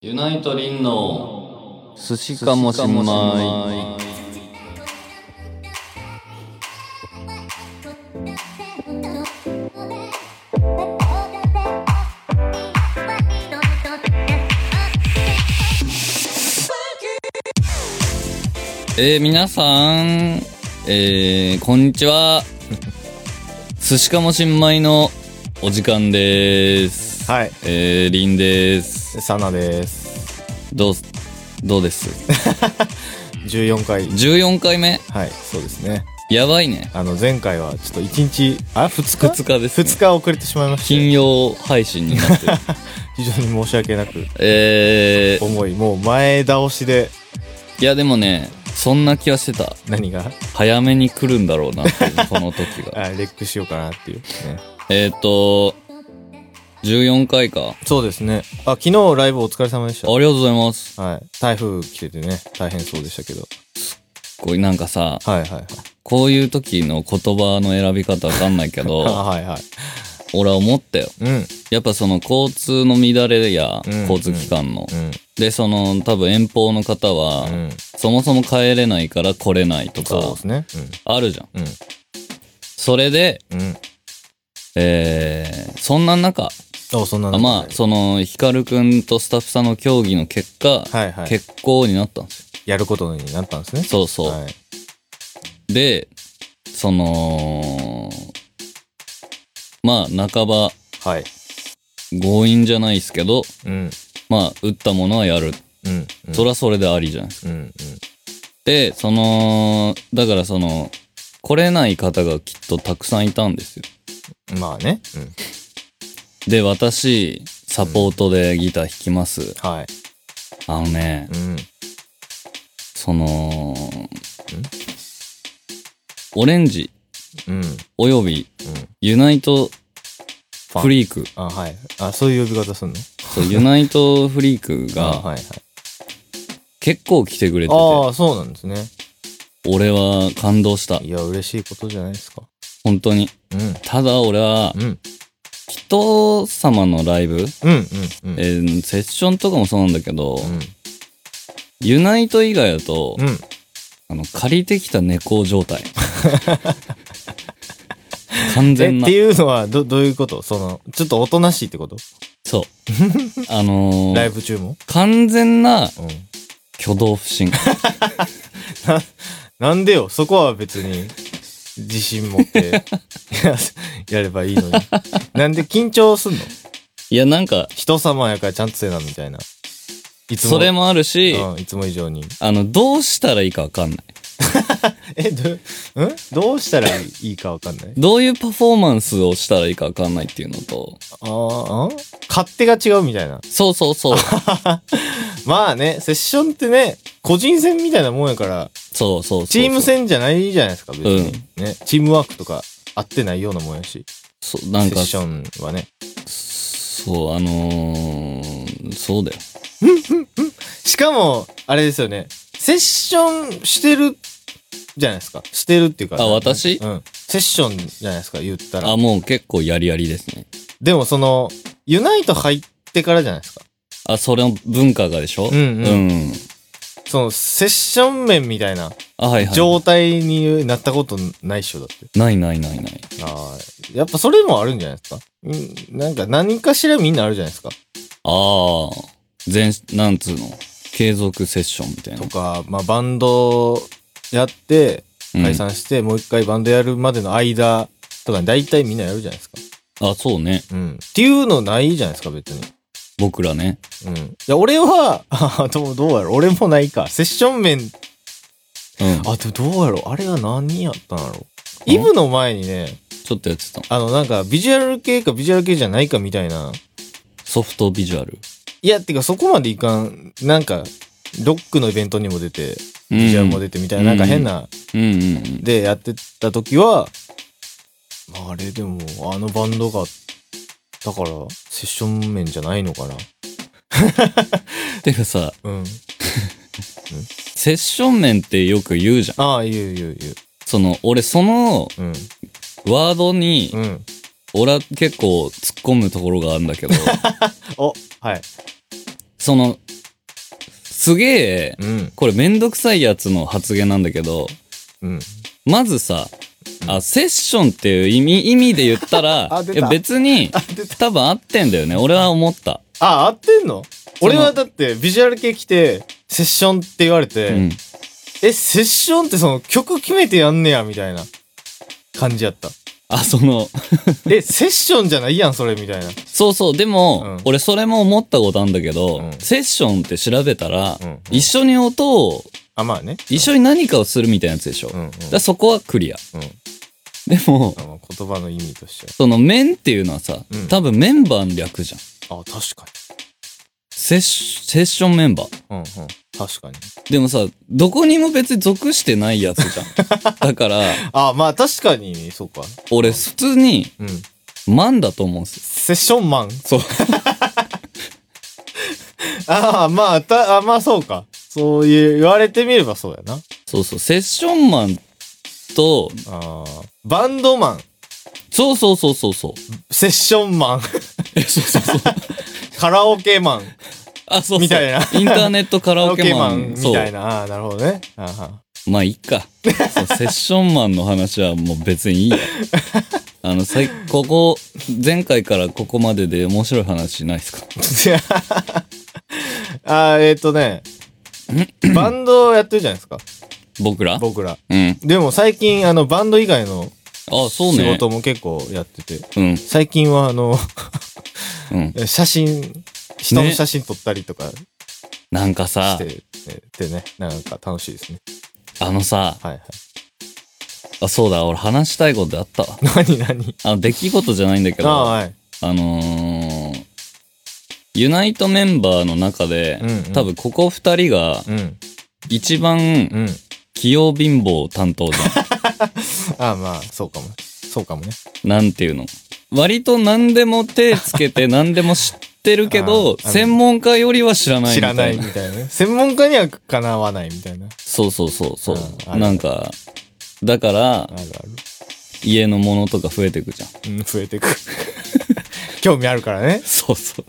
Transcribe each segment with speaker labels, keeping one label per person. Speaker 1: ユナイトリンの寿司かもしんない。えー、皆さん、えー、こんにちは。寿司かもしんまいのお時間です。
Speaker 2: はい。
Speaker 1: えー、リンです。
Speaker 2: サナです。
Speaker 1: どうす、どうです
Speaker 2: 14回。
Speaker 1: ?14 回目
Speaker 2: はい、そうですね。
Speaker 1: やばいね。
Speaker 2: あの、前回はちょっと1日、あ、2
Speaker 1: 2
Speaker 2: 日
Speaker 1: 日です、ね。
Speaker 2: ?2 日遅れてしまいまし
Speaker 1: 金
Speaker 2: て、
Speaker 1: 曜配信になってる。
Speaker 2: 非常に申し訳なく
Speaker 1: えー、
Speaker 2: 思い、もう前倒しで、
Speaker 1: いやでもね、そんな気はしてた。
Speaker 2: 何が
Speaker 1: 早めに来るんだろうなっていう、この時 が。
Speaker 2: あレックしようかなっていう、ね。
Speaker 1: えっと、14回か。あ
Speaker 2: そうですね。あ、昨日ライブお疲れ様でし
Speaker 1: りがとうございます。
Speaker 2: た。はい。台風来ててね、大変そうでしたけど。
Speaker 1: こういうなんかさ、
Speaker 2: はいはいはい。
Speaker 1: こういう時の言葉の選び方わかんないけ
Speaker 2: あ
Speaker 1: ど、
Speaker 2: はいはい。
Speaker 1: 俺は思ったよ。
Speaker 2: うん。
Speaker 1: やっぱその交通の乱れや、
Speaker 2: うん
Speaker 1: 交通機関の。
Speaker 2: うん。
Speaker 1: で、その多分遠方の方は、
Speaker 2: うん。
Speaker 1: そもそも帰れないから来れないと
Speaker 2: そうで
Speaker 1: か、
Speaker 2: すね。
Speaker 1: あるじゃん。
Speaker 2: うん。
Speaker 1: それで、
Speaker 2: うん。うん。
Speaker 1: えー、そんな中、
Speaker 2: あ、そんな
Speaker 1: あまあ、その、ヒカルくんとスタッフさんの協議の結果、
Speaker 2: はいはい。
Speaker 1: 結構になったんですよ。
Speaker 2: やることになったんですね。
Speaker 1: そうそう。
Speaker 2: はい。
Speaker 1: で、その、まあ、半ば
Speaker 2: はい。
Speaker 1: 強引じゃないですけど、
Speaker 2: うん。
Speaker 1: まあ、打ったものはやる。
Speaker 2: うん。うん
Speaker 1: それはそれでありじゃないですか。
Speaker 2: うんうん。
Speaker 1: で、その、だからその、来れない方がきっとたくさんいたんですよ。
Speaker 2: まあね。うん。
Speaker 1: で、私、サポートでギター弾きます。
Speaker 2: はい。
Speaker 1: あのね
Speaker 2: う、ん。
Speaker 1: その、オレンジ
Speaker 2: うん。うん。
Speaker 1: およびユナイト
Speaker 2: ァン
Speaker 1: フリーク。
Speaker 2: あ、はい。あ、そういう呼び方すんの
Speaker 1: そう、ユナイトフリーク
Speaker 2: あ、
Speaker 1: が
Speaker 2: はいはい。
Speaker 1: 結構来てくれてて、
Speaker 2: ああ、そうなんですね。
Speaker 1: 俺は感動した
Speaker 2: い。や、嬉しいことじゃないですか。
Speaker 1: 本当に。
Speaker 2: うん。
Speaker 1: ただ俺は、
Speaker 2: うん。
Speaker 1: 人様のライブ、
Speaker 2: うん。うん。うん。
Speaker 1: えーセッションとかもそうなんだけど、
Speaker 2: うん。
Speaker 1: ユナイト以外だと、
Speaker 2: うん。
Speaker 1: あの、借りてきた猫状態。 完
Speaker 2: え
Speaker 1: 全
Speaker 2: っ
Speaker 1: な
Speaker 2: て。いうのは、ど、どういうことその、ちょっとおとなしいってこと
Speaker 1: そう。あのー
Speaker 2: ライブ中も
Speaker 1: 完全な
Speaker 2: うん。
Speaker 1: 挙動不審。
Speaker 2: なんでよ、そこは別に、自信持って、 ややればいいのに。なんで緊張すんの
Speaker 1: いや、なんか、
Speaker 2: 人様やからちゃんとせな、みたいな。いつも。
Speaker 1: それもあるし、
Speaker 2: うん、いつも以上に。
Speaker 1: あの、どうしたらいいかわかんない。
Speaker 2: え、ど、 んどうしたらいいかわかんない
Speaker 1: どういうパフォーマンスをしたらいいかわかんないっていうのと、
Speaker 2: ああ、ん勝手が違うみたいな。
Speaker 1: そうそう そう、
Speaker 2: まあね、セッションってね、個人戦みたいなもんやから、
Speaker 1: そうそうそうそう。
Speaker 2: チーム戦じゃないじゃないですか、別に。ね、チームワークとか合ってないようなもんやし、
Speaker 1: そう、なん
Speaker 2: セ
Speaker 1: か
Speaker 2: ッ、ションはね。
Speaker 1: そう、あのー、そうだよ。
Speaker 2: しかも、あれですよね、セッションしてるじゃないですか。してるっていうか。
Speaker 1: あ私
Speaker 2: うん。セッションじゃないですか、言ったら
Speaker 1: あ、。もう結構やりやりですね。
Speaker 2: でもその、ユナイト入ってからじゃないですか。
Speaker 1: あ、それの文化がでしょ
Speaker 2: うんうん
Speaker 1: うん。
Speaker 2: その、セッション面みたいな。
Speaker 1: あ、はいは
Speaker 2: 状態になったことないっしょだって。
Speaker 1: い。ないないないない。
Speaker 2: ああ、やっぱそれもあるんじゃないですかうん、なんか何かしらみんなあるじゃないですか。
Speaker 1: ああ、全、なんつうの継続セッションみたいな
Speaker 2: と。か、まあバンドやって、
Speaker 1: うん
Speaker 2: 解散して、もう一回バンドやるまでの間とかに大体みんなやるじゃないですか。
Speaker 1: あ、そうね。
Speaker 2: うん。っていうのないじゃないですか、別に。
Speaker 1: 僕らね。
Speaker 2: うん。いや、俺は、 あどう、どうやろう俺もないか。セッション
Speaker 1: う
Speaker 2: 面、
Speaker 1: ん。
Speaker 2: あ、でもどうやろうあれは何やったんやろ
Speaker 1: うん
Speaker 2: イブの前にね、
Speaker 1: ちょっとやってたの。
Speaker 2: あの、なんか、ビジュアル系かビジュアル系じゃないかみたいな、
Speaker 1: ソフトビジュアル。
Speaker 2: いや、てかそこまでいかん。なんか、ロックのイベントにも出て、ビジュアルも出てみたいな、
Speaker 1: うん
Speaker 2: なんか変な、
Speaker 1: うんうんうん。
Speaker 2: でやってた時は、まあ、あれでも、あのバンドが、だから、セッション面じゃないのかな。
Speaker 1: てかさ、
Speaker 2: うん。
Speaker 1: セッション面ってよく言うじゃん。
Speaker 2: ああ、言う言う言う。
Speaker 1: その、俺その
Speaker 2: うん。
Speaker 1: ワードに、
Speaker 2: うん。
Speaker 1: 俺は結構突っ込むところがあるんだけど、
Speaker 2: お、はい。
Speaker 1: その、すげえ、
Speaker 2: うん。
Speaker 1: これめんどくさいやつの発言なんだけど、
Speaker 2: うん。、
Speaker 1: まずさ、あ、セッションっていう意味、意味で言ったら
Speaker 2: あ出
Speaker 1: い
Speaker 2: た
Speaker 1: や別に
Speaker 2: 出、
Speaker 1: 多分合ってんだよね。俺は思った。
Speaker 2: あ、合ってんの
Speaker 1: の
Speaker 2: 俺はだって、ビジュアル系来て、セッションって言われて、
Speaker 1: うん。
Speaker 2: え、セッションってその曲決めてやんねや、みたいな感じやった。
Speaker 1: あ、その、
Speaker 2: え、セッションじゃないやん、それ、みたいな。
Speaker 1: そうそう、でも、
Speaker 2: うん
Speaker 1: 俺それも思ったことあるんだけど、
Speaker 2: うん
Speaker 1: セッションって調べたら、
Speaker 2: うん
Speaker 1: 一緒に音を、
Speaker 2: あ、まあね。
Speaker 1: 一緒に何かをするみたいなやつでしょ。
Speaker 2: うん、うん。
Speaker 1: だからそこはクリア。
Speaker 2: うん
Speaker 1: でも、
Speaker 2: あの言葉の意味として
Speaker 1: その面っていうのはさ、
Speaker 2: うん
Speaker 1: 多分メンバーの略じゃん。
Speaker 2: は。あ、確か
Speaker 1: セッシセッションメンバー。
Speaker 2: に。うん、うん。確かに。
Speaker 1: でもさ、どこにも別に属してないやつじゃん。だから、
Speaker 2: あ、まあ確かに、そうか。
Speaker 1: 俺普通に、
Speaker 2: うん。
Speaker 1: マンだと思うんですよ。
Speaker 2: セッションマン。
Speaker 1: そう。
Speaker 2: ああ、まあ、た、あ、まあそうか。そういう、言われてみればそうやな。
Speaker 1: そうそう、セッションマンと、
Speaker 2: ああ。バンドマン。
Speaker 1: そうそうそうそうそう。
Speaker 2: セッショ ンマン。
Speaker 1: え、そうそうそう。
Speaker 2: カラオケマン。
Speaker 1: あ、そうそう。
Speaker 2: みたいな
Speaker 1: インターネットカ
Speaker 2: カ
Speaker 1: ラオケマン。
Speaker 2: み
Speaker 1: そ。
Speaker 2: たいうな。ああー、なるほどね。あーは
Speaker 1: まあ、いいか。そうセッションマンの話はもう別にいいや。あの、さい、ここ、前回からここまでで面白い話ないですか
Speaker 2: ー あー、えっ、とね。バンドやってるじゃないですか。
Speaker 1: 僕ら
Speaker 2: 僕ら。
Speaker 1: うん。
Speaker 2: でも最近、あの、バンド以外の
Speaker 1: あ、そう
Speaker 2: 仕
Speaker 1: ね。
Speaker 2: 事も結構やってて。
Speaker 1: うん。
Speaker 2: 最近は、あの、
Speaker 1: うん。
Speaker 2: 写真、人の写真撮ったりとかし
Speaker 1: なんかさ
Speaker 2: て、、ねでね、なんか楽しいですね。
Speaker 1: あのさ、
Speaker 2: はいはい。
Speaker 1: あ、そうだ、俺話したいことあったわ。
Speaker 2: 何何
Speaker 1: あの、出来事じゃないんだけ
Speaker 2: あ
Speaker 1: ど、
Speaker 2: あ、
Speaker 1: あ
Speaker 2: はい。
Speaker 1: のー、ユナイトメンバーの中で、
Speaker 2: うんうん
Speaker 1: 多分ここ二人が
Speaker 2: うん。
Speaker 1: 一番
Speaker 2: うん。
Speaker 1: 器用貧乏担当じゃ
Speaker 2: ああ、まあ、そうかも。そうかもね。
Speaker 1: ん。なんていうの。割と何でも手つけて何でも知ってるけ
Speaker 2: あ
Speaker 1: ど、
Speaker 2: ーあの
Speaker 1: 専門家よりは知らないみ
Speaker 2: 知
Speaker 1: た
Speaker 2: ら
Speaker 1: いな。
Speaker 2: ないみたいなね。専門家にはかなわないみたいな。
Speaker 1: そうそうそうそう
Speaker 2: うんあ。る
Speaker 1: なんか、だから
Speaker 2: あ、るある。
Speaker 1: 家のものとか増えていくじゃん。
Speaker 2: うん、増えてく。 興味あるからね。
Speaker 1: そうそう。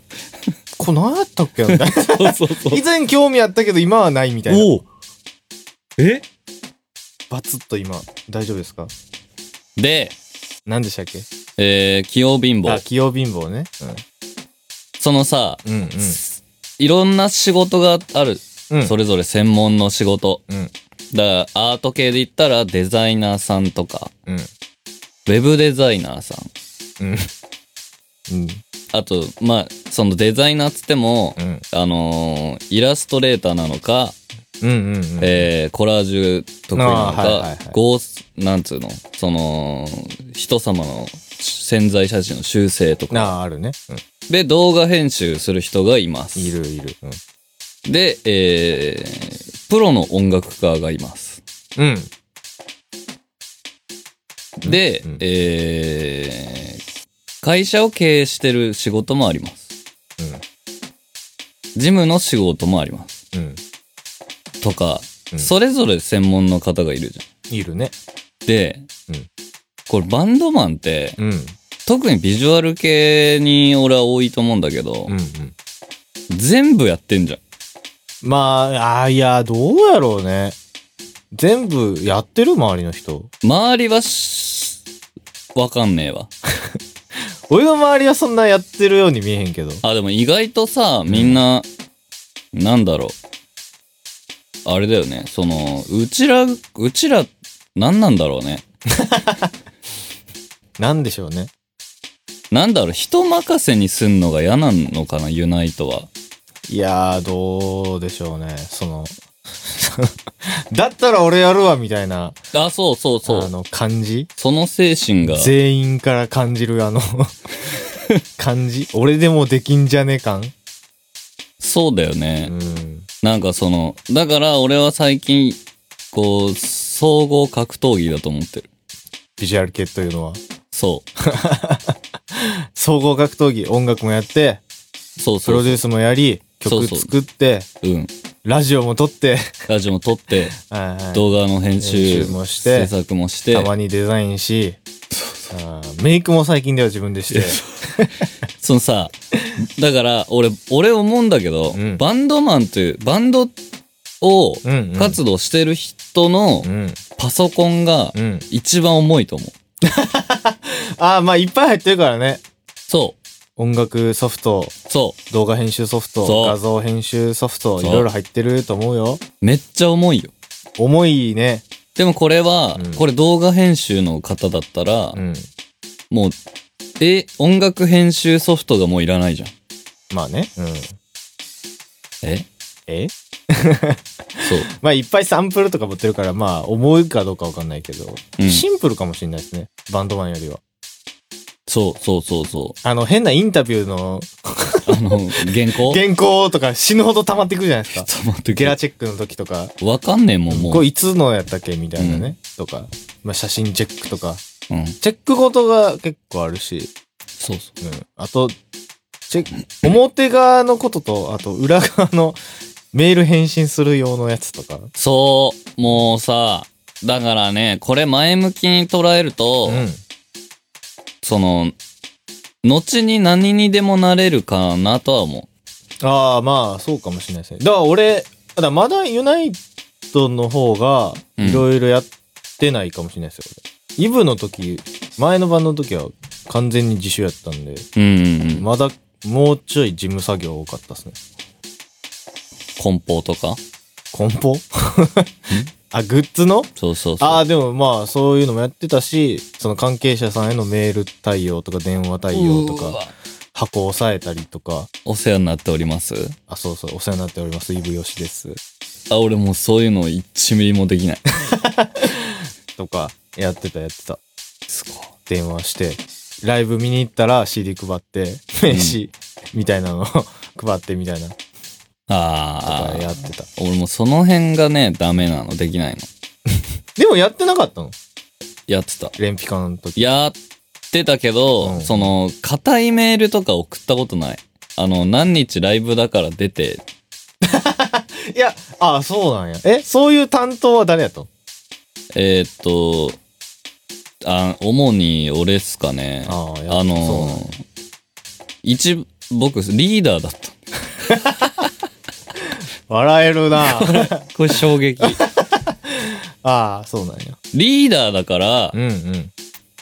Speaker 2: このあったっけみたいな。
Speaker 1: そうそうそう。
Speaker 2: 以前興味あったけど今はないみたいな。
Speaker 1: おうえ
Speaker 2: バツッと今、大丈夫ですか
Speaker 1: で、
Speaker 2: 何でしたっけ
Speaker 1: えー、器用貧
Speaker 2: あ、
Speaker 1: 乏。
Speaker 2: 器用貧乏ね。
Speaker 1: そのさ、
Speaker 2: うん。うんうん。
Speaker 1: いろんな仕事がある。
Speaker 2: うん
Speaker 1: それぞれ専門の仕事。
Speaker 2: うん。
Speaker 1: だから、アート系で言ったらデザイナーさんとか、
Speaker 2: うん。
Speaker 1: ウェブデザイナーさん。
Speaker 2: うん。うん。
Speaker 1: あと、まあ、そのデザイナーっつっても、
Speaker 2: うん。
Speaker 1: あのーイラストレーターなのか、
Speaker 2: うん。うん。
Speaker 1: えー、コラージュ得意なのか、
Speaker 2: あーはいはいはい
Speaker 1: ゴース、なんつうの、その、人様の潜在写真の修正とか。
Speaker 2: ああ、あるね。うん。
Speaker 1: で、動画編集する人がいます。
Speaker 2: いるいる。うん。
Speaker 1: で、えー、プロの音楽家がいます。
Speaker 2: うん。
Speaker 1: で、
Speaker 2: うん
Speaker 1: えー、会社を経営してる仕事もあります。事務の仕事もあります。
Speaker 2: うん。うん。
Speaker 1: とか、
Speaker 2: うん
Speaker 1: それぞれ専門の方がいるじゃ
Speaker 2: いるね。
Speaker 1: ん。で、
Speaker 2: うん
Speaker 1: これバンドマンって、
Speaker 2: うん。
Speaker 1: 特にビジュアル系に俺は多いと思うんだけど、
Speaker 2: うん。うん。
Speaker 1: 全部やってんじゃん。
Speaker 2: まあ、あーいや、どうやろうね。全部やってる周りの人。
Speaker 1: 周りはし、わかんねえわ。
Speaker 2: 俺の周りはそんなやってるように見えへんけど。
Speaker 1: あ、でも意外とさ、みんな、なんだろう。あれだよね。その、うちら、うちら、なんなんだろうね。
Speaker 2: なんでしょうね。
Speaker 1: なんだろう、人任せにすんのが嫌なのかな、ユナイトは。
Speaker 2: いやー、どうでしょうね。その、 だったら俺やるわ、みたいな、
Speaker 1: あ、そうそうそ
Speaker 2: あ
Speaker 1: う。
Speaker 2: の、感じ
Speaker 1: その精神が、
Speaker 2: 全員から感じる、あの、 感じ俺でもできんじゃね感
Speaker 1: そうだよね。
Speaker 2: うん。
Speaker 1: なんかその、だから俺は最近、こう、総合格闘技だと思ってる。
Speaker 2: ビジュアル系というのは。
Speaker 1: そう。
Speaker 2: 総合格闘技、音楽もやって、
Speaker 1: そう
Speaker 2: プ
Speaker 1: そ
Speaker 2: ロ
Speaker 1: う。
Speaker 2: デュースもやり、
Speaker 1: そう
Speaker 2: 曲
Speaker 1: そう
Speaker 2: 作って、
Speaker 1: うん。
Speaker 2: ラジオも撮って、
Speaker 1: ラジオも撮って、
Speaker 2: はいはい
Speaker 1: 動画の編集、
Speaker 2: 編集もして
Speaker 1: 制作もして
Speaker 2: た、まにデザインし、あーメイクも最近では自分でして。
Speaker 1: そのさ、だから俺、俺思うんだけど、
Speaker 2: うん
Speaker 1: バンドマンという、バンドを
Speaker 2: うんうん
Speaker 1: 活動してる人の
Speaker 2: うん
Speaker 1: パソコンが
Speaker 2: うん
Speaker 1: 一番重いと思う。
Speaker 2: ああまあいっぱい入ってるからね
Speaker 1: そ
Speaker 2: 音楽ソフト
Speaker 1: う。そう。
Speaker 2: 動画編集ソフ
Speaker 1: そ
Speaker 2: ト
Speaker 1: う
Speaker 2: 画像編集ソフトい
Speaker 1: そう
Speaker 2: ろいろ入ってると思うよ
Speaker 1: めっちゃ重いよ。
Speaker 2: 重いね
Speaker 1: でもこれは、
Speaker 2: うん
Speaker 1: これ動画編集の方だったら、
Speaker 2: うん
Speaker 1: もう、え、音楽編集ソフトがもういらないじゃん。
Speaker 2: まあねうん
Speaker 1: え
Speaker 2: え
Speaker 1: そう。
Speaker 2: まあいっぱいサンプルとか持ってるからまあ重いかどうかわかんないけど、
Speaker 1: うん
Speaker 2: シンプルかもしれないですねバンドマンよりは
Speaker 1: そうそうそうそ
Speaker 2: あの変なインタビューの
Speaker 1: う。あの、原稿
Speaker 2: 原稿とか死ぬほど溜まってくじゃないです か
Speaker 1: ちょっと待って
Speaker 2: ゲラチェックの時とか
Speaker 1: わかんねえもん、も
Speaker 2: こ
Speaker 1: う。
Speaker 2: れいつのやったっけみたいなね、とか、まあ、写真チェックとか
Speaker 1: うん。
Speaker 2: チェックごとが結構あるし、
Speaker 1: そうそ
Speaker 2: うん、あとチェック表側のこととあと裏側のメール返信する用のやつとか
Speaker 1: う。そう、もうさ、だからね、これ前向きに捉えると、
Speaker 2: うん
Speaker 1: その、後に何にでもなれるかなとは思
Speaker 2: ああ、まあ、そうかもしれないですね。だから俺、だからまだユナイトの方が、
Speaker 1: うん
Speaker 2: いろいろやってないかもしれないですよ。俺イブの時、前のバンドの時は完全に自主やったんで、
Speaker 1: う。うんうんうん。
Speaker 2: まだもうちょい事務作業多かったですね。
Speaker 1: 梱包とか
Speaker 2: 梱包 あ、グッズの
Speaker 1: そうそうそう。
Speaker 2: ああ、でもまあ、そういうのもやってたし、その関係者さんへのメール対応とか電話対応と
Speaker 1: う
Speaker 2: か、
Speaker 1: わ
Speaker 2: 箱押さえたりとか、
Speaker 1: お世話になっております。
Speaker 2: あ、そうそう、お世話になっております。イブよしです。
Speaker 1: あ、俺もうそういうの1ミリもできない。
Speaker 2: とか、やってた、やってた。
Speaker 1: すごい。
Speaker 2: 電話して、ライブ見に行ったら CD 配って、名刺みたいなのを 配ってみたいなと
Speaker 1: ああ。
Speaker 2: かやってた。
Speaker 1: 俺もその辺がね、ダメなの、できないの。
Speaker 2: でもやってなかったの
Speaker 1: やってた。
Speaker 2: 連ピカの時。
Speaker 1: やってたけど、
Speaker 2: うん
Speaker 1: その、硬いメールとか送ったことない。あの、何日ライブだから出て、
Speaker 2: いや、ああ、そうなんや。え、そういう担当は誰やったの
Speaker 1: えーっと、あ、主に俺っすかね。あ
Speaker 2: ああ、や
Speaker 1: の
Speaker 2: そうなんや
Speaker 1: ー、一、僕、リーダーだった。
Speaker 2: 笑え るな
Speaker 1: これ衝撃。
Speaker 2: ああ、そうなんや。
Speaker 1: リーダーだから
Speaker 2: う、んうん。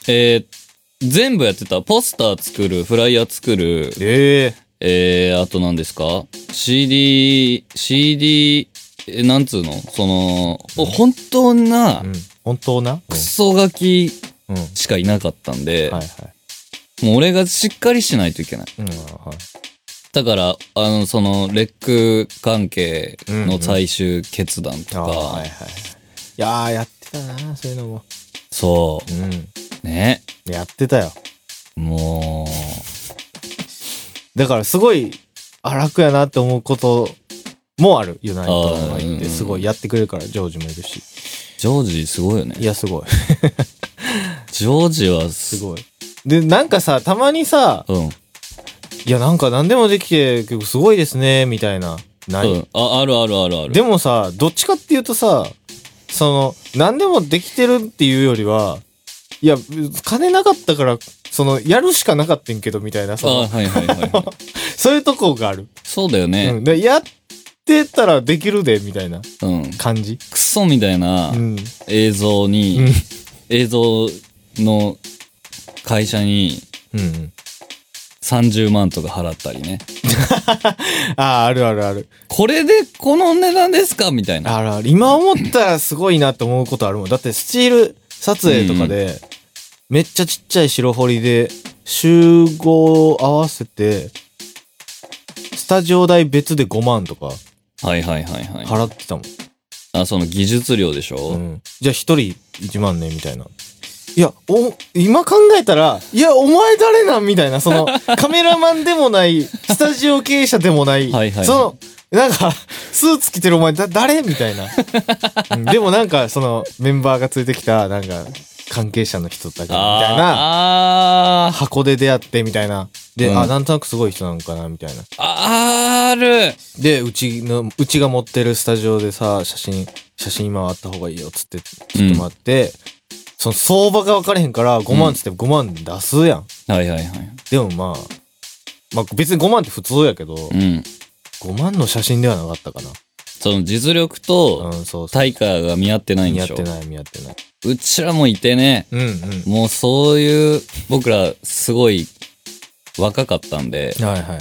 Speaker 1: えー全部やってた。ポスター作る、フライヤー作る、
Speaker 2: ええ
Speaker 1: えー、あと何ですか ?CD、CD、えなんつうのその、お本当な
Speaker 2: うん。本当な
Speaker 1: クソガキ
Speaker 2: うん。うん。
Speaker 1: しかいなかったんで、
Speaker 2: はいはい。
Speaker 1: もう俺がしっかりしないといけない。
Speaker 2: うん、はい。
Speaker 1: だから、あの、その、レック関係の最終決断と
Speaker 2: あ
Speaker 1: か、
Speaker 2: あ、はいはい。いやーやってたなそういうのも。
Speaker 1: そ
Speaker 2: うん。
Speaker 1: う、ね、
Speaker 2: やってたよ。
Speaker 1: も
Speaker 2: だからすごい、あ、楽やなって思うこともある。ユナイトの
Speaker 1: あー
Speaker 2: 場合
Speaker 1: う
Speaker 2: っ
Speaker 1: んう
Speaker 2: て
Speaker 1: ん
Speaker 2: すごいやってくれるから、ジョージもいるし。
Speaker 1: う、ジョージすごいよね
Speaker 2: い。や、すごい。
Speaker 1: ジョージは
Speaker 2: す
Speaker 1: す、
Speaker 2: ごい。で、なんかさ、たまにさ、
Speaker 1: うん、
Speaker 2: いや、なんか何でもできて、結構すごいですね、みたいな。な
Speaker 1: う
Speaker 2: い。
Speaker 1: ん、あ、あるあるあるある。
Speaker 2: でもさ、どっちかっていうとさ、その、何でもできてるっていうよりは、いや、金なかったから、その、やるしかなかったんけど、みたいな、
Speaker 1: あ、
Speaker 2: そ
Speaker 1: はい
Speaker 2: の、
Speaker 1: はいはい はい。
Speaker 2: そういうとこがある。
Speaker 1: そうだよ
Speaker 2: う
Speaker 1: ね。
Speaker 2: ん。で、やってたらできるで、みたいな
Speaker 1: うん。
Speaker 2: 感じ。
Speaker 1: クソみたいな
Speaker 2: うん。
Speaker 1: 映像
Speaker 2: う
Speaker 1: に
Speaker 2: ん、
Speaker 1: 映像の会社に
Speaker 2: うん。
Speaker 1: 30万とか払ったりね。
Speaker 2: ああ、あるあるある。
Speaker 1: これでこの値段ですかみたいな。
Speaker 2: あるある。今思ったらすごいなって思うことあるもん。だってスチール撮影とかで、めっちゃちっちゃい白彫りで、集合合わせて、スタジオ代別で5万とか
Speaker 1: はいはいはいはい。
Speaker 2: 払ってたもん。
Speaker 1: あ、その技術料でしょ、
Speaker 2: うん、じゃあ1人1万ね、みたいな。いや、お、今考えたら、いや、お前誰なんみたいな、その、 カメラマンでもない、スタジオ経営者でもない、
Speaker 1: はいはい
Speaker 2: その、なんか、スーツ着てるお前、だ、誰みたいな、 うんでもなんか、その、メンバーが連れてきた、なんか、関係者の人だけみたいな、
Speaker 1: あー
Speaker 2: 箱で出会って、みたいな。で、
Speaker 1: うん
Speaker 2: あ、なんとなくすごい人なのかな、みたいな。
Speaker 1: あー、ある
Speaker 2: で、うちの、うちが持ってるスタジオでさ、写真、写真今あった方がいいよ、つって、撮ってもらって、その相場が分かれへんから、5万っつって5万出すやん。
Speaker 1: はいはいはい。
Speaker 2: でもまあ、まあ別に5万って普通やけど、
Speaker 1: うん。
Speaker 2: 5万の写真ではなかったかな。
Speaker 1: その実力
Speaker 2: う
Speaker 1: と
Speaker 2: ん、そうそう。
Speaker 1: 対価が見合ってないん
Speaker 2: 見合
Speaker 1: で
Speaker 2: っ
Speaker 1: しょ
Speaker 2: て。ない、見合ってない。
Speaker 1: うちらもいてね、
Speaker 2: うんうん。
Speaker 1: もうそういう、僕らすごい若かったんで、
Speaker 2: はいはいはい。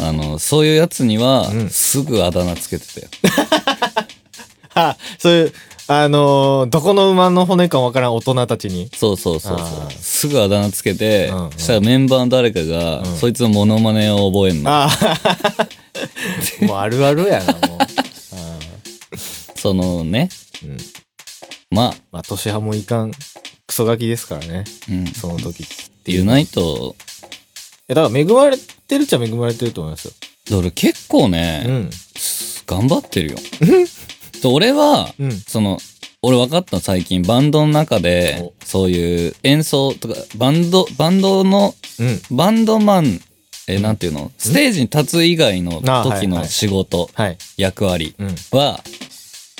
Speaker 1: あの、そういうやつには
Speaker 2: うん
Speaker 1: すぐあだ名つけてたよ。
Speaker 2: あ、そういう、あのーどこの馬の骨かわからん大人たちに。
Speaker 1: そうそうそうそ
Speaker 2: あ
Speaker 1: う。
Speaker 2: ー
Speaker 1: すぐあだ名つけて、
Speaker 2: うんうん
Speaker 1: したらメンバーの誰かが、そいつのモノマネを覚えんの。
Speaker 2: ああ、もうあるあるやな、もう。あ
Speaker 1: そのね、
Speaker 2: ーうん、
Speaker 1: まあ、
Speaker 2: まあ、年派もいかん、クソガキですからね、
Speaker 1: うん。
Speaker 2: その時。い
Speaker 1: 言わないと、
Speaker 2: や、だから恵まれてるっちゃ恵まれてると思いますよ。
Speaker 1: だから結構ね、
Speaker 2: うん。
Speaker 1: 頑張ってるよ。で俺は、
Speaker 2: うん。
Speaker 1: その、俺分かった最近、バンドの中で、そういう演奏とか、バンド、バンドの、
Speaker 2: うん。
Speaker 1: バンドマン、え、なんていうのステージに立つ以外の
Speaker 2: あはい
Speaker 1: 時の仕事、
Speaker 2: はい。
Speaker 1: 役割
Speaker 2: うん。
Speaker 1: は、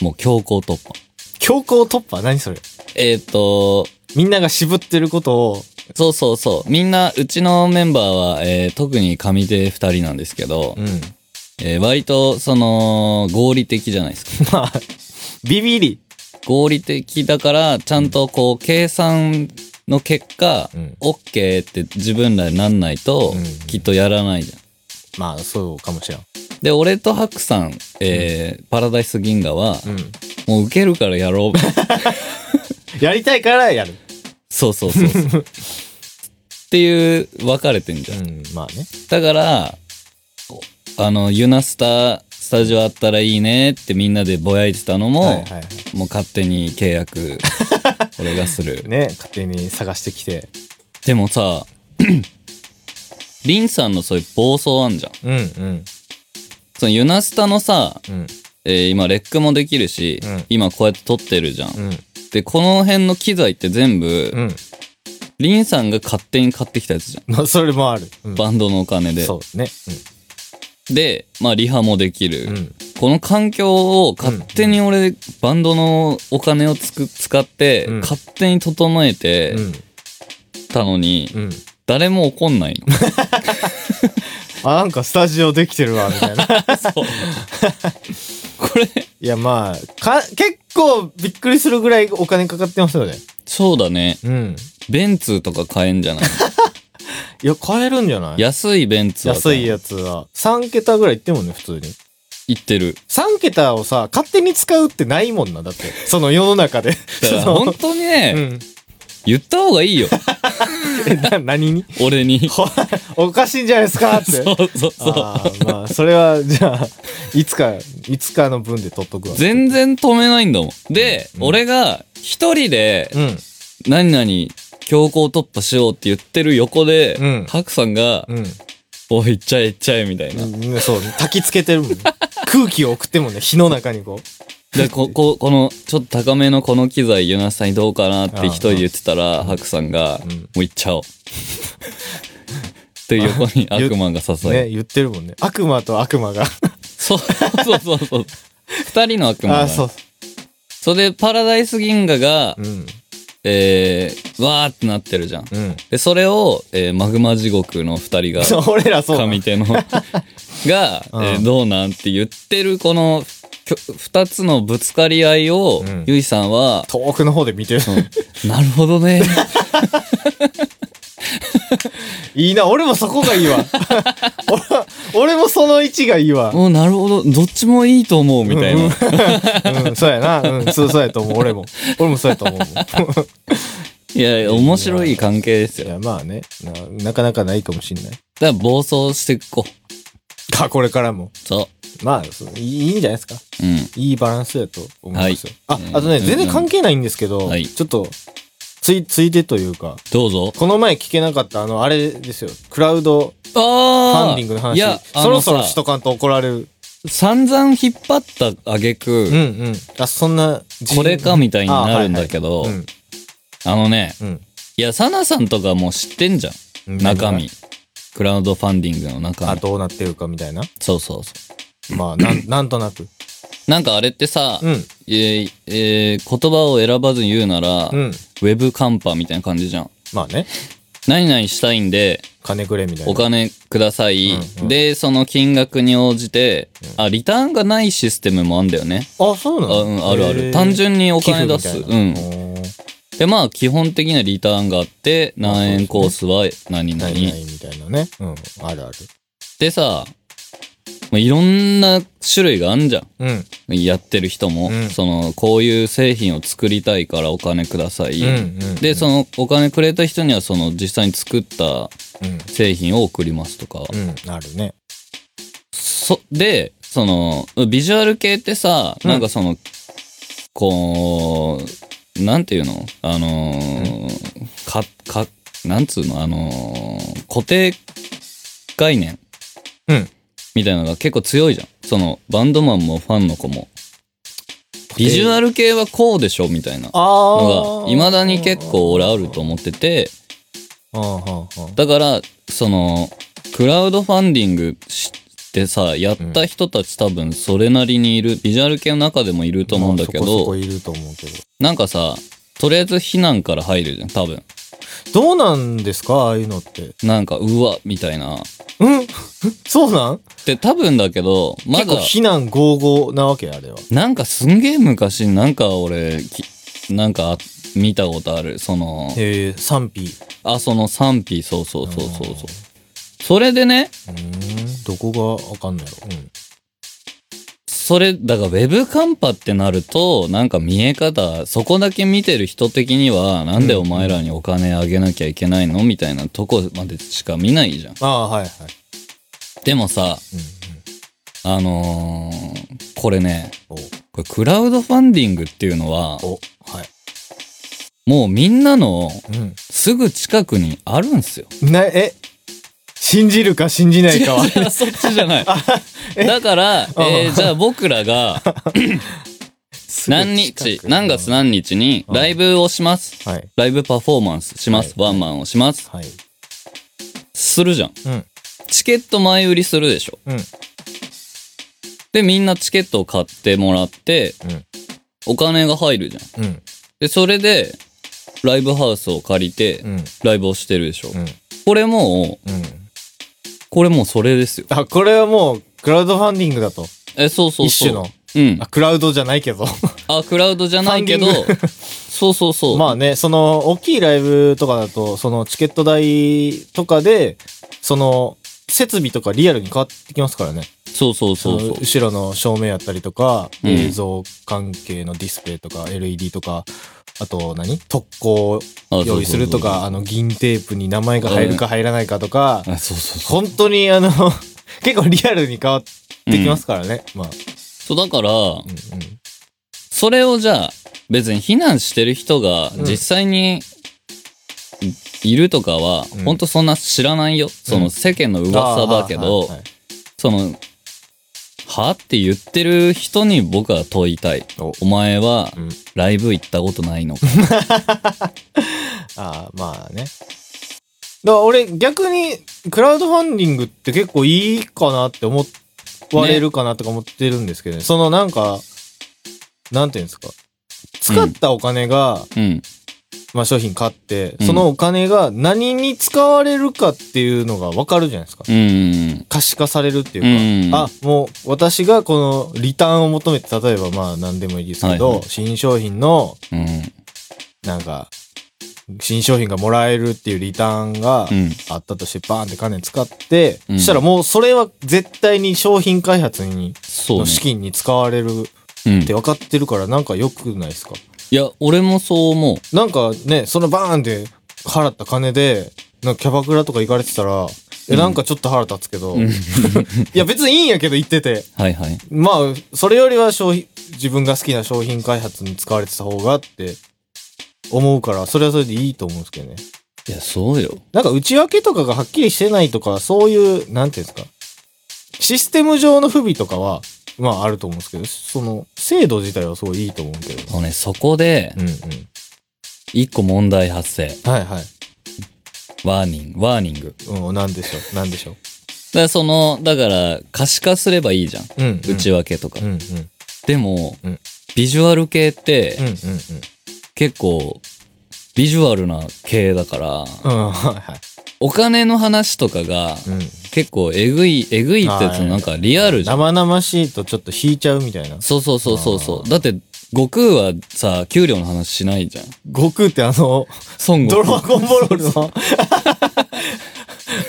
Speaker 1: もう強行突破。
Speaker 2: 強行突破何それ
Speaker 1: えっ、と、
Speaker 2: みんなが渋ってることを、
Speaker 1: そうそうそう。みんな、うちのメンバーは、えー特に上手二人なんですけど、
Speaker 2: うん。
Speaker 1: えー割と、その、合理的じゃないですか。
Speaker 2: まあ、ビビり。
Speaker 1: 合理的だから、ちゃんとこう、計算の結果、
Speaker 2: うん
Speaker 1: OK って自分らになんないと
Speaker 2: うん、
Speaker 1: きっとやらないじゃん。
Speaker 2: まあ、そうかもしれん。
Speaker 1: で、俺とハクさん、えーパラダイス銀河は、
Speaker 2: うん。
Speaker 1: もう受けるからや ろう。
Speaker 2: やりたいからやる。
Speaker 1: そうそうそうそう。っていう、分かれてんじゃん。
Speaker 2: ん。まあね。
Speaker 1: だから、おあの、ユナスタ、スタジオあったらいいねってみんなでぼやいてたのも、
Speaker 2: はいはいは
Speaker 1: もう勝手に契 約、俺がする
Speaker 2: い。。ね、勝手に探してきて。
Speaker 1: でも さ、リンさんのそういう暴走あんじゃん。
Speaker 2: うんうん。
Speaker 1: そのユナスタのさ、
Speaker 2: うん。
Speaker 1: えー今レックもできるし、
Speaker 2: うん
Speaker 1: 今こうやって撮ってるじゃん。
Speaker 2: うん。
Speaker 1: で、この辺の機材って全部、
Speaker 2: うん。
Speaker 1: リンさんが勝手に買ってきたやつじゃん。
Speaker 2: まあ、それもある。うん
Speaker 1: バンドのお金で。
Speaker 2: そうね。
Speaker 1: で、まあリハもできる。
Speaker 2: うん。うん。
Speaker 1: この環境を勝手に俺、バンドのお金をつく使って、
Speaker 2: うん
Speaker 1: 勝手に整えて
Speaker 2: うん。
Speaker 1: たのに、
Speaker 2: うん。
Speaker 1: 誰も怒んない の。
Speaker 2: あ、なんかスタジオできてるわ、みたいな。
Speaker 1: これ、
Speaker 2: いや、まあ、か、結構びっくりするぐらいお金かかってますよね。
Speaker 1: そうだね。
Speaker 2: うん。
Speaker 1: ベンツとか買えんじゃ ない
Speaker 2: いや、買えるんじゃない
Speaker 1: 安いベンツは
Speaker 2: 安いやつは。3桁ぐらいいってんもんね、普通に。
Speaker 1: 行ってる。
Speaker 2: 3桁をさ、勝手に使うってないもんな、だって。その世の中で。
Speaker 1: だから
Speaker 2: その
Speaker 1: 本当にね、
Speaker 2: うん。
Speaker 1: 言った方がいい よ。
Speaker 2: え な何 に
Speaker 1: 俺に。
Speaker 2: ほおかしいんじゃないですかって。
Speaker 1: そうそうそう。
Speaker 2: あーまあ、それは、じゃあ、いつか、いつかの分で取っとくわ。
Speaker 1: 全然止めないんだもん。で、
Speaker 2: うん
Speaker 1: 俺が一人で
Speaker 2: うん。
Speaker 1: 何々強行突破しようって言ってる横で、
Speaker 2: うん
Speaker 1: ハクさんが、
Speaker 2: うん。
Speaker 1: おい、行っちゃえ行っちゃえみたいな。
Speaker 2: うんそう、焚きつけてるもん。空気を送ってんもんね、火の中にこ
Speaker 1: で、こ、こ、この、ちょっと高めのこの機材、ユナさんにどうかなって一人で言ってたら、ハクさんが、
Speaker 2: ん
Speaker 1: もう行っち ゃおう。って横に
Speaker 2: あ言
Speaker 1: 悪魔が支
Speaker 2: う。
Speaker 1: え
Speaker 2: ね、言ってるもんね。悪魔と悪魔が。
Speaker 1: そうそうそうそう。二人の悪魔だ
Speaker 2: ああ、
Speaker 1: ね。
Speaker 2: そう。
Speaker 1: それで、パラダイス銀河が、
Speaker 2: うん。
Speaker 1: えー、わーってなってるじゃん。
Speaker 2: うん。
Speaker 1: で、それを、えー、マグマ地獄の二人が、
Speaker 2: そう 俺らそうだ。
Speaker 1: 上手 の、が、え
Speaker 2: う
Speaker 1: ー
Speaker 2: ん
Speaker 1: どうなんって言ってる、この、きょ二つのぶつかり合いを、
Speaker 2: うん
Speaker 1: ゆいさんは、
Speaker 2: 遠くの方で見てる。
Speaker 1: なるほど ね。
Speaker 2: いいな、俺もそこがいい わ。俺俺もその位置がいいわ。
Speaker 1: うん、なるほど。どっちもいいと思う、みたいな。
Speaker 2: うん、そうやな。うん、そうそうやと思う。俺も。俺もそうやと思 うもん。
Speaker 1: いやいや、面白い関係です
Speaker 2: い
Speaker 1: よ。
Speaker 2: や、まあねな。なかなかないかもしんない。
Speaker 1: だから、暴走していこう。
Speaker 2: か、これからも。
Speaker 1: そ
Speaker 2: まあ、そういいいいんじゃないですか。
Speaker 1: う。うん。
Speaker 2: いいバランスだと思いますよ。
Speaker 1: はい
Speaker 2: あ、あとね、
Speaker 1: うん
Speaker 2: 全然関係ないんですけど、
Speaker 1: はい
Speaker 2: ちょっと、つい、ついでというか、
Speaker 1: どうぞ。
Speaker 2: この前聞けなかった、あの、あれですよ。クラウド
Speaker 1: あ
Speaker 2: フ
Speaker 1: あ
Speaker 2: ァンディングの話。
Speaker 1: いや、あ
Speaker 2: そろ
Speaker 1: の
Speaker 2: そろ
Speaker 1: さ
Speaker 2: し、とかんと怒られる。
Speaker 1: 散々引っ張った挙
Speaker 2: うん
Speaker 1: 句、
Speaker 2: うん。あ、そんな、
Speaker 1: これかみたいに
Speaker 2: あ
Speaker 1: な
Speaker 2: は
Speaker 1: る
Speaker 2: い
Speaker 1: ん
Speaker 2: はい
Speaker 1: だけど、
Speaker 2: うん。
Speaker 1: あのね、
Speaker 2: うん。
Speaker 1: いや、サナさんとかもう知ってんじゃん。中身。クラウドファンディングの中
Speaker 2: あ、
Speaker 1: 身。
Speaker 2: どうなってるかみたいな。
Speaker 1: そうそうそ
Speaker 2: まあ、なん、 なんとなく。
Speaker 1: う。なんかあれってさ、
Speaker 2: うん。
Speaker 1: えーえー言葉を選ばず言うなら、
Speaker 2: うん
Speaker 1: ウ。ェブカンパみたいな感じじゃん。
Speaker 2: まあね。
Speaker 1: 何々したいんで、
Speaker 2: 金くれみたいな。
Speaker 1: お金ください、
Speaker 2: うんうん
Speaker 1: で、その金額に応じて、あ、リターンがないシステムもあんだよね。
Speaker 2: あ、そうな
Speaker 1: あ,、
Speaker 2: の
Speaker 1: うん、あるあ
Speaker 2: へ
Speaker 1: る。
Speaker 2: ー
Speaker 1: 単純にお金出
Speaker 2: 寄
Speaker 1: す。
Speaker 2: 付み
Speaker 1: う
Speaker 2: たい
Speaker 1: ん
Speaker 2: な。おー
Speaker 1: で、まあ、基本的なリターンがあって、何円コースは何々。
Speaker 2: 何々みたいなね。うん。あるある。
Speaker 1: でさ、まあ、いろんな種類があんじゃん。
Speaker 2: うん。
Speaker 1: やってる人も、
Speaker 2: うん
Speaker 1: その、こういう製品を作りたいからお金ください。
Speaker 2: うんうん。
Speaker 1: で、その、お金くれた人には、その、実際に作った
Speaker 2: うん。
Speaker 1: 製品を送りますとか。
Speaker 2: うん。あるね。
Speaker 1: そ、で、その、ビジュアル系ってさ、
Speaker 2: うん
Speaker 1: なんかその、こう、なんていうのあのーか、か、なんつうのあのー固定概念
Speaker 2: うん。
Speaker 1: みたいなのが結構強いじゃん。その、バンドマンもファンの子も。ビジュアル系はこうでしょみたいな
Speaker 2: あ
Speaker 1: の
Speaker 2: あ。
Speaker 1: が、未だに結構俺あると思ってて、
Speaker 2: うん。うんうん
Speaker 1: だから、その、クラウドファンディングしてさ、やった人たち多分それなりにいる、ビジュアル系の中でもいると思うんだけ
Speaker 2: まあそこそ
Speaker 1: ど
Speaker 2: こ、いると思うけど。
Speaker 1: なんかさ、とりあえず避難から入るじゃん、多分。
Speaker 2: どうなんですかああいうのって。
Speaker 1: なんか、うわ、みたいな。
Speaker 2: うん そうなん
Speaker 1: で、多分だけど、ま
Speaker 2: 結
Speaker 1: だ
Speaker 2: 構、非難合々なわけあれは。
Speaker 1: なんかすんげえ昔、なんか俺、きなんかあ見たことある、その、
Speaker 2: へえ、賛否。
Speaker 1: あ、その賛否、そうそうそうそうそう。それでね、
Speaker 2: うーん。どこがわかんないろ。うん。
Speaker 1: それ、だからウェブカンパってなると、なんか見え方、そこだけ見てる人的には、なんでお前らにお金あげなきゃいけないのみたいなとこまでしか見ないじゃん。
Speaker 2: ああ、はいはい。
Speaker 1: でもさ、
Speaker 2: うん
Speaker 1: あのーこれね、
Speaker 2: うん。
Speaker 1: これクラウドファンディングっていうのは、
Speaker 2: お、お、はい。
Speaker 1: もうみんなの
Speaker 2: うん。
Speaker 1: すぐ近くにあるんすよ。
Speaker 2: な、え、信じるか信じないか は。
Speaker 1: 違う違うそっちじゃない。だから、えーじゃあ僕らが何日、何月
Speaker 2: な
Speaker 1: 何日にライブをします。
Speaker 2: はい。
Speaker 1: ライブパフォーマンスします。
Speaker 2: はい
Speaker 1: ワンマンをします。
Speaker 2: はい。
Speaker 1: するじゃん。
Speaker 2: うん。
Speaker 1: チケット前売りするでしょ。
Speaker 2: うん。
Speaker 1: で、みんなチケットを買ってもらって、
Speaker 2: うん
Speaker 1: お金が入るじゃん。
Speaker 2: うん。
Speaker 1: で、それで、ライブハウスを借りて
Speaker 2: う、ん。
Speaker 1: ライブをしてるでしょ。
Speaker 2: うん。
Speaker 1: これもう、
Speaker 2: うん。
Speaker 1: これもうそれですよ。
Speaker 2: あ、これはもう、クラウドファンディングだと。
Speaker 1: え、そうそうそ
Speaker 2: 一
Speaker 1: う。
Speaker 2: 種の。
Speaker 1: うん
Speaker 2: あ、。クラウドじゃないけど。
Speaker 1: あ、クラウドじゃないけど
Speaker 2: ファン、
Speaker 1: そうそうそう。
Speaker 2: まあね、その、大きいライブとかだと、その、チケット代とかで、その、設備とかリアルに変わってきますからね。
Speaker 1: そうそうそう
Speaker 2: そ
Speaker 1: そ
Speaker 2: の
Speaker 1: う。
Speaker 2: 後ろの照明やったりとか、
Speaker 1: うん
Speaker 2: 映像関係のディスプレイとか、LED とか、あと何特攻
Speaker 1: あ
Speaker 2: 用意するとか、あの、銀テープに名前が入るか入らないかとか、
Speaker 1: あ、そうそうそう。
Speaker 2: 本当にあの、 結構リアルに変わってきますからね。まあ、
Speaker 1: そう、だから、
Speaker 2: うんうん。
Speaker 1: それをじゃあ、別に避難してる人が
Speaker 2: うん
Speaker 1: 実際にいいるとかは、
Speaker 2: うん
Speaker 1: ほんとそんな知らないよ。その世間の噂だけ
Speaker 2: あー
Speaker 1: ど
Speaker 2: はいはいは、い
Speaker 1: その、はって言ってる人に僕は問いたい。
Speaker 2: お
Speaker 1: お前は
Speaker 2: うん
Speaker 1: ライブ行ったことないの か。
Speaker 2: ああ、まあね。だから俺逆にクラウドファンディングって結構いいかなって思われるかなとか思ってるんですけどね。そのなんか、なんていうんですか。使ったお金が、
Speaker 1: うん。
Speaker 2: まあ商品買って、
Speaker 1: うん
Speaker 2: そのお金が何に使われるかっていうのがわかるじゃないですか。
Speaker 1: うん。
Speaker 2: 可視化されるっていうか、
Speaker 1: うん
Speaker 2: あ、もう私がこのリターンを求めて、例えばまあ何でもいいですけど、
Speaker 1: はいはい
Speaker 2: 新商品の
Speaker 1: うん。
Speaker 2: なんか、新商品がもらえるっていうリターンが
Speaker 1: うん
Speaker 2: あったとして、バーンって金使って、
Speaker 1: うん
Speaker 2: そしたらもうそれは絶対に商品開発に、
Speaker 1: そう
Speaker 2: の
Speaker 1: ね。
Speaker 2: 資金に使われる
Speaker 1: うん。
Speaker 2: って分かってるからなんか良くないですか
Speaker 1: いや、俺もそう思う。
Speaker 2: なんかね、そのバーンって払った金で、なんかキャバクラとか行かれてたら、え、
Speaker 1: うん
Speaker 2: なんかちょっと腹立つけど、
Speaker 1: うん
Speaker 2: いや別にいいんやけど行ってて、
Speaker 1: はいはい。
Speaker 2: まあ、それよりは商品、自分が好きな商品開発に使われてた方がって思うから、それはそれでいいと思うんですけどね。
Speaker 1: いや、そうよ。
Speaker 2: なんか内訳とかがはっきりしてないとか、そういう、なんていうんですか。システム上の不備とかは、まああると思うんですけど、その、制度自体はすごいいいと思うけど。
Speaker 1: もうね、そこで
Speaker 2: う、んうん。
Speaker 1: 一個問題発生。
Speaker 2: はいはい。
Speaker 1: ワーニング、ワーニング。
Speaker 2: うん、なんでしょう、なんでしょ
Speaker 1: だからその、だから、可視化すればいいじゃん。
Speaker 2: う。うん、うん。
Speaker 1: 内訳とか。
Speaker 2: うんうん。うん
Speaker 1: でも、
Speaker 2: うん
Speaker 1: ビジュアル系って、
Speaker 2: うんうん。
Speaker 1: 結構、ビジュアルな系だから、
Speaker 2: うん、はいはい。
Speaker 1: お金の話とかが、
Speaker 2: うん。
Speaker 1: 結構えぐい、えぐいってやつ
Speaker 2: はい
Speaker 1: なんかリアルじゃん。
Speaker 2: 生々しいとちょっと引いちゃうみたいな。
Speaker 1: そうそうそうそうそ
Speaker 2: あ
Speaker 1: う。だって、悟空はさ、給料の話しないじゃん。
Speaker 2: 悟空ってあの、
Speaker 1: 孫
Speaker 2: ド
Speaker 1: 悟
Speaker 2: ラ
Speaker 1: 空。
Speaker 2: ゴンボールの。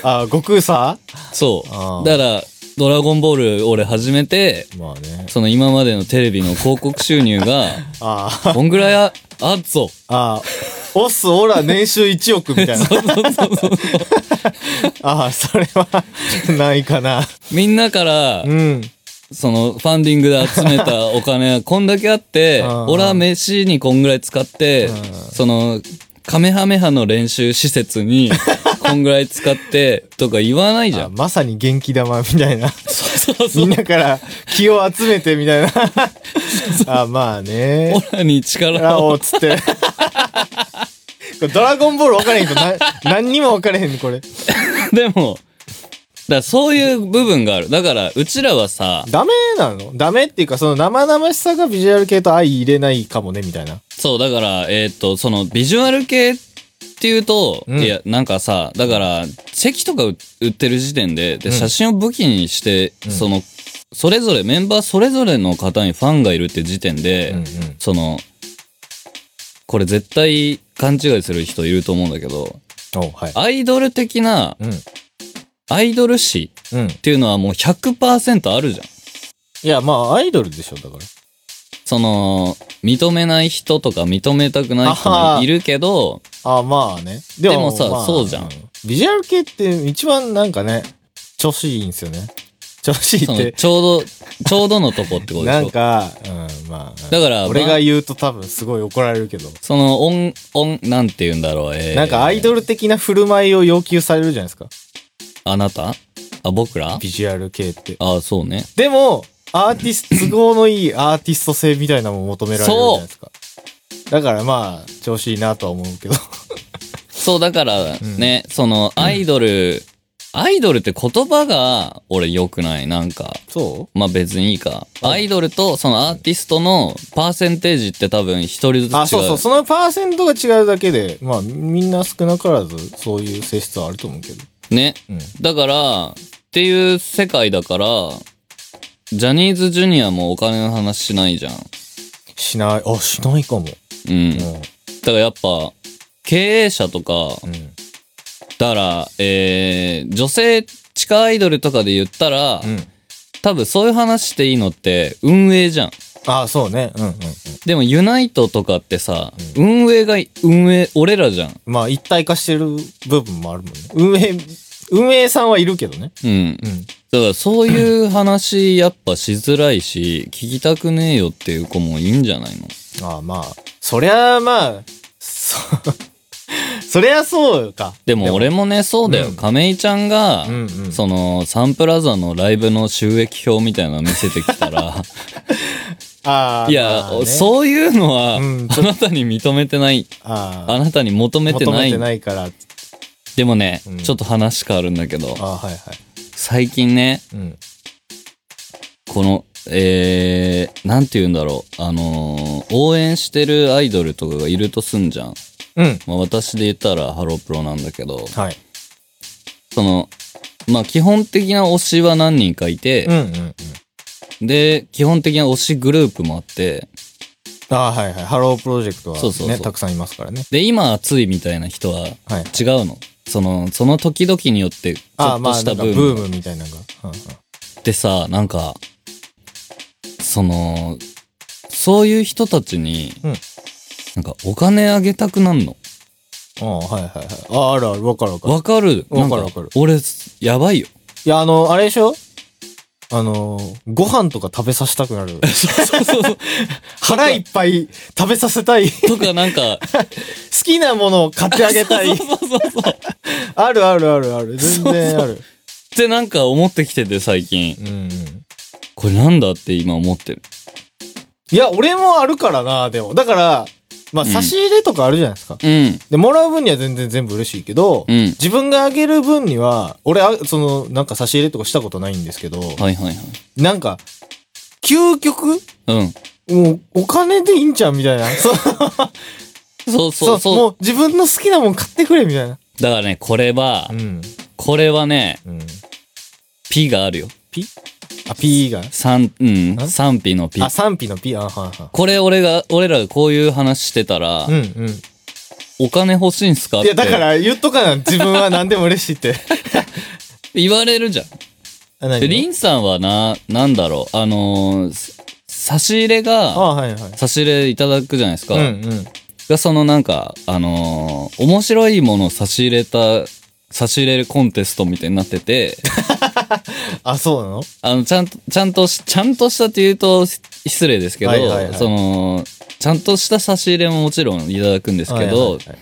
Speaker 2: あ、悟空さ
Speaker 1: そ
Speaker 2: あー
Speaker 1: う。だから、ドラゴンボール俺始めて、
Speaker 2: まあね。
Speaker 1: その今までのテレビの広告収入 が、
Speaker 2: あ
Speaker 1: こんぐらいあ、あっぞ。
Speaker 2: あ、ああ、オス、オラ、年収1億みたいな。 ああ、それは、ないかな。
Speaker 1: みんなから
Speaker 2: う、ん。
Speaker 1: その、ファンディングで集めたお金はこんだけあ って
Speaker 2: あー、
Speaker 1: 俺は飯にこんぐらい使って
Speaker 2: あ、ー
Speaker 1: その、カメハメハの練習施設 に、こんぐらい使って、とか言わないじゃ
Speaker 2: あ
Speaker 1: ん。
Speaker 2: まさに元気玉みたいな。
Speaker 1: そうそうそ
Speaker 2: み。
Speaker 1: うん
Speaker 2: なから気を集めてみたいな。あ、まあね。
Speaker 1: オラに力
Speaker 2: ラ
Speaker 1: を。
Speaker 2: オつって。これドラゴンボール分からへんけど、な、何にも分からへんね、これ。
Speaker 1: でも、だからそういう部分がある。だから、うちらはさ、
Speaker 2: ダメなのダメっていうか、その生々しさがビジュアル系と相入れないかもね、みたいな。
Speaker 1: そう、だから、えーっと、その、ビジュアル系っていうと、
Speaker 2: うん
Speaker 1: いや、なんかさ、だから、チェキとか売売ってる時点で、
Speaker 2: う
Speaker 1: で、
Speaker 2: ん
Speaker 1: 写真を武器にして、
Speaker 2: うん
Speaker 1: その、それぞれ、メンバーそれぞれの方にファンがいるって時点で、
Speaker 2: うんうん
Speaker 1: その、これ絶対勘違いする人いると思うんだけど、
Speaker 2: おはい。
Speaker 1: アイドル的な、
Speaker 2: うん。
Speaker 1: アイドル誌
Speaker 2: うん。
Speaker 1: っていうのはもう100%あるじゃん。
Speaker 2: いや、まあ、アイドルでしょ、だから。
Speaker 1: その、認めない人とか認めたくない人もいるけど、
Speaker 2: あまあね。で
Speaker 1: でもさ
Speaker 2: まあ
Speaker 1: そうじゃん
Speaker 2: ビジュアル系って一番なんかね、調子いいんですよね。調子いい
Speaker 1: そ
Speaker 2: っ
Speaker 1: の、
Speaker 2: て。
Speaker 1: ちょうど、ちょうどのとこってことでし
Speaker 2: なん
Speaker 1: ょ
Speaker 2: か、うん、まあ。
Speaker 1: だから
Speaker 2: 俺
Speaker 1: ま
Speaker 2: が
Speaker 1: あ
Speaker 2: 言うと多分すごい怒られるけど。
Speaker 1: その、オン、オン、なんて言うんだろう、えー
Speaker 2: なんかアイドル的な振る舞いを要求されるじゃないですか。
Speaker 1: あなたあ、僕ら
Speaker 2: ビジュアル系って。
Speaker 1: あ、そうね。
Speaker 2: でも、アーティスト、都合のいいアーティスト性みたいなのも求められるじゃないですか。だからまあ、調子いいなとは思う けど。
Speaker 1: そう、だから
Speaker 2: ん
Speaker 1: ね、その、アイドル、アイドルって言葉が、俺良くない、なんか。
Speaker 2: そ
Speaker 1: まあ別にいいか。アイドルとそのアーティストのパーセンテージって多分一人ずつ違う。
Speaker 2: あ、そうそう。そのパーセントが違うだけで、まあ、みんな少なからずそういう性質はあると思うけど。
Speaker 1: ね。
Speaker 2: うん。
Speaker 1: だから、っていう世界だから、ジャニーズジュニアもお金の話しないじゃん。
Speaker 2: しない、あ、しないかも。
Speaker 1: うん。だ
Speaker 2: う
Speaker 1: からやっぱ、経営者とか、
Speaker 2: ん。うん。
Speaker 1: だから、えー、女性地下アイドルとかで言ったら、
Speaker 2: うん。
Speaker 1: 多分そういう話していいのって運営じゃん。
Speaker 2: あ、そうね。うんうんうん。
Speaker 1: でもユナイトとかってさ、運営が運営、俺らじゃん。
Speaker 2: まあ、一体化してる部分もあるもんね。運営、運営さんはいるけどね。
Speaker 1: うん。
Speaker 2: うん。
Speaker 1: だからそういう話やっぱしづらいし、聞きたくねえよっていう子もいいんじゃないの
Speaker 2: ああ、まあ、そりゃあまあ、そ、 そりゃそうか。
Speaker 1: でも俺もね、そうだ
Speaker 2: う
Speaker 1: よ。
Speaker 2: ん
Speaker 1: 亀井ちゃんが、
Speaker 2: うんうん
Speaker 1: その、サンプラザのライブの収益表みたいなの見せてきたら、
Speaker 2: ああ、
Speaker 1: いや、
Speaker 2: まあね
Speaker 1: そういうのは、
Speaker 2: うん ち
Speaker 1: あなたに認めてない、
Speaker 2: ああ
Speaker 1: あなたに求めて
Speaker 2: 求
Speaker 1: な
Speaker 2: め
Speaker 1: い
Speaker 2: て。ないから。
Speaker 1: でもね、
Speaker 2: うん
Speaker 1: ちょっと話変わるんだけど、
Speaker 2: ああ、はいはい。
Speaker 1: 最近ね、
Speaker 2: うん。
Speaker 1: この、えー、なんて言うんだろう、あのー応援してるアイドルとかがいるとすんじゃん。
Speaker 2: うん。
Speaker 1: まあ、私で言ったらハロプロなんだけど、
Speaker 2: はい。
Speaker 1: その、まあ、基本的な推しは何人かい
Speaker 2: うん
Speaker 1: て、
Speaker 2: うんうん。
Speaker 1: で、基本的な推しグループもあって、
Speaker 2: ああ、はいはい。ハロープロジェクトはね、
Speaker 1: そうそうそう
Speaker 2: たくさんいますからね。
Speaker 1: で、今熱いみたいな人は
Speaker 2: はい。
Speaker 1: 違うの。その、その時々によって、ち
Speaker 2: あ
Speaker 1: ょ
Speaker 2: あ、
Speaker 1: っ
Speaker 2: ま
Speaker 1: と
Speaker 2: あ、
Speaker 1: した
Speaker 2: なんか
Speaker 1: ブー
Speaker 2: ブ
Speaker 1: ム
Speaker 2: ームみたいなのが。うんうん
Speaker 1: ってさ、なんか、その、そういう人たちに、
Speaker 2: うん
Speaker 1: なんかお金あげたくなんの。
Speaker 2: ああ、はいはいはい。ああ、あるある。わかるわかる。
Speaker 1: わかる
Speaker 2: わかる
Speaker 1: なん
Speaker 2: わかる
Speaker 1: 俺、やば いよ。
Speaker 2: いや、あの、あれでしょあの、ご飯とか食べさせたくなる。
Speaker 1: そうそうそう。
Speaker 2: 腹いっぱい食べさせたい。好
Speaker 1: とかなんか、
Speaker 2: きなものを買ってあげたい。
Speaker 1: そうそうそう。っ
Speaker 2: あるあるあるある。全然ある。
Speaker 1: てなんか思ってきてて最近。
Speaker 2: うんうん。
Speaker 1: これなんだって今思ってる。
Speaker 2: いや、俺もあるからな、でも。だから、まあ、
Speaker 1: うん
Speaker 2: 差し入れとかあるじゃないですか。
Speaker 1: うん。
Speaker 2: で、もらう分には全然全部嬉しいけど、
Speaker 1: うん
Speaker 2: 自分があげる分には、俺、あその、なんか差し入れとかしたことないんですけど、
Speaker 1: はいはいはい。
Speaker 2: なんか、究極
Speaker 1: うん。
Speaker 2: もう、お金でいい んちゃうみたいな。そう、
Speaker 1: そう
Speaker 2: そ
Speaker 1: そううそう。
Speaker 2: もう自分の好きなもん買ってくれ、みたいな。
Speaker 1: だからね、これは、
Speaker 2: うん。
Speaker 1: これはね、
Speaker 2: うん。
Speaker 1: ピがあるよ。
Speaker 2: ピあ、P が
Speaker 1: 賛、うん、
Speaker 2: ん
Speaker 1: 賛否のピ
Speaker 2: あ、。賛否の P? あ、はいは
Speaker 1: これ俺が、俺らがこういう話してたら、
Speaker 2: い。うんうん。
Speaker 1: お金欲しいんすかっ
Speaker 2: い
Speaker 1: て
Speaker 2: や、だから言っとかな。自分は何でも嬉しい って。
Speaker 1: 言われるじゃん。
Speaker 2: あ、何
Speaker 1: で、リンさんはな、なんだろう、あのーす差し入れ
Speaker 2: あ、
Speaker 1: が、
Speaker 2: はいはい。
Speaker 1: 差し入れいただくじゃないですか。
Speaker 2: うんうん。
Speaker 1: が、そのなんか、あのー面白いものを差し入れた、差し入れるコンテストみたいになって て、
Speaker 2: あ、そうなの
Speaker 1: あの、ちゃんと、ちゃんとし、ちゃんとしたって言うとし失礼ですけど、
Speaker 2: はいはいはい
Speaker 1: その、ちゃんとした差し入れももちろんいただくんですけど、
Speaker 2: はいはいはい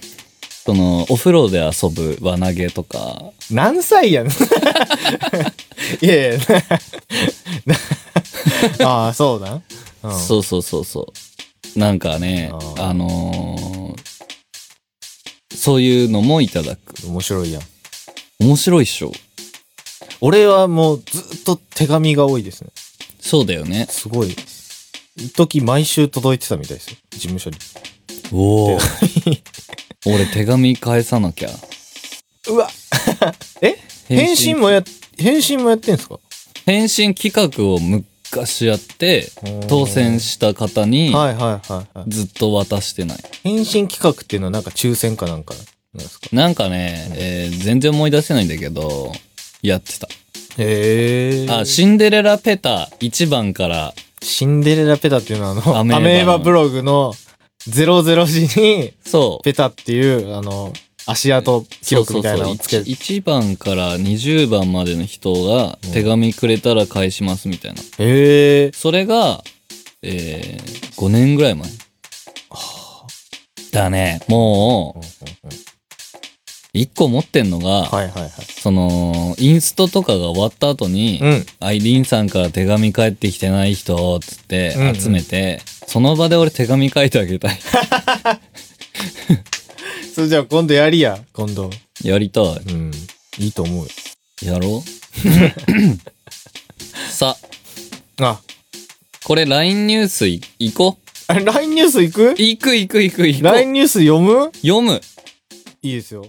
Speaker 1: その、お風呂で遊ぶ輪投げとか、
Speaker 2: 何歳 やねん。いや いや。なああ、そうだ。うん、
Speaker 1: そうそうそうそう。なんかね、
Speaker 2: あー
Speaker 1: あのーそういうのもいただく。
Speaker 2: 面白いやん。
Speaker 1: 面白いっしょ。
Speaker 2: 俺はもうずっと手紙が多いですね。
Speaker 1: そうだよね。
Speaker 2: すごい。一時毎週届いてたみたいですよ。事務所に。
Speaker 1: おお。 俺手紙返さなきゃ。
Speaker 2: うわえ返信もや、返信もやってんすか
Speaker 1: 返信企画を昔やって、当選した方に、
Speaker 2: はいはいはい、はい。
Speaker 1: ずっと渡してない。
Speaker 2: 返信企画っていうのはなんか抽選かなんかなんですか
Speaker 1: なんかね、えー全然思い出せないんだけど、やってた。
Speaker 2: へえ。
Speaker 1: あ、シンデレラペタ1番から、
Speaker 2: シンデレラペタっていうのはあの、
Speaker 1: ア
Speaker 2: ア
Speaker 1: メ
Speaker 2: メ
Speaker 1: ーバの
Speaker 2: ーバブログの00時に、
Speaker 1: そう。
Speaker 2: ペタっていう、あの、足跡記録みたいなのをつけ
Speaker 1: そうそうそう一1番から20番までの人が手紙くれたら返しますみたいな。
Speaker 2: へえ。
Speaker 1: それが、えー、5年ぐらい前。だね、もう、1個持ってんのが、
Speaker 2: はいはいはい。
Speaker 1: その、インストとかが終わった後に、
Speaker 2: うん。
Speaker 1: アイリーンさんから手紙返ってきてない人、つって
Speaker 2: うんうん
Speaker 1: 集めて、その場で俺手紙書いてあげたい。
Speaker 2: それじゃあ今度やりや、今度。
Speaker 1: やりたい。
Speaker 2: うん。いいと思うよ。
Speaker 1: やろう さ、
Speaker 2: あ、
Speaker 1: これ LINE ニュースい行こう。
Speaker 2: あれ、LINE ニュース行く
Speaker 1: 行く行く行く行く。
Speaker 2: ?LINE ニュース読む
Speaker 1: 読む。
Speaker 2: いいですよ。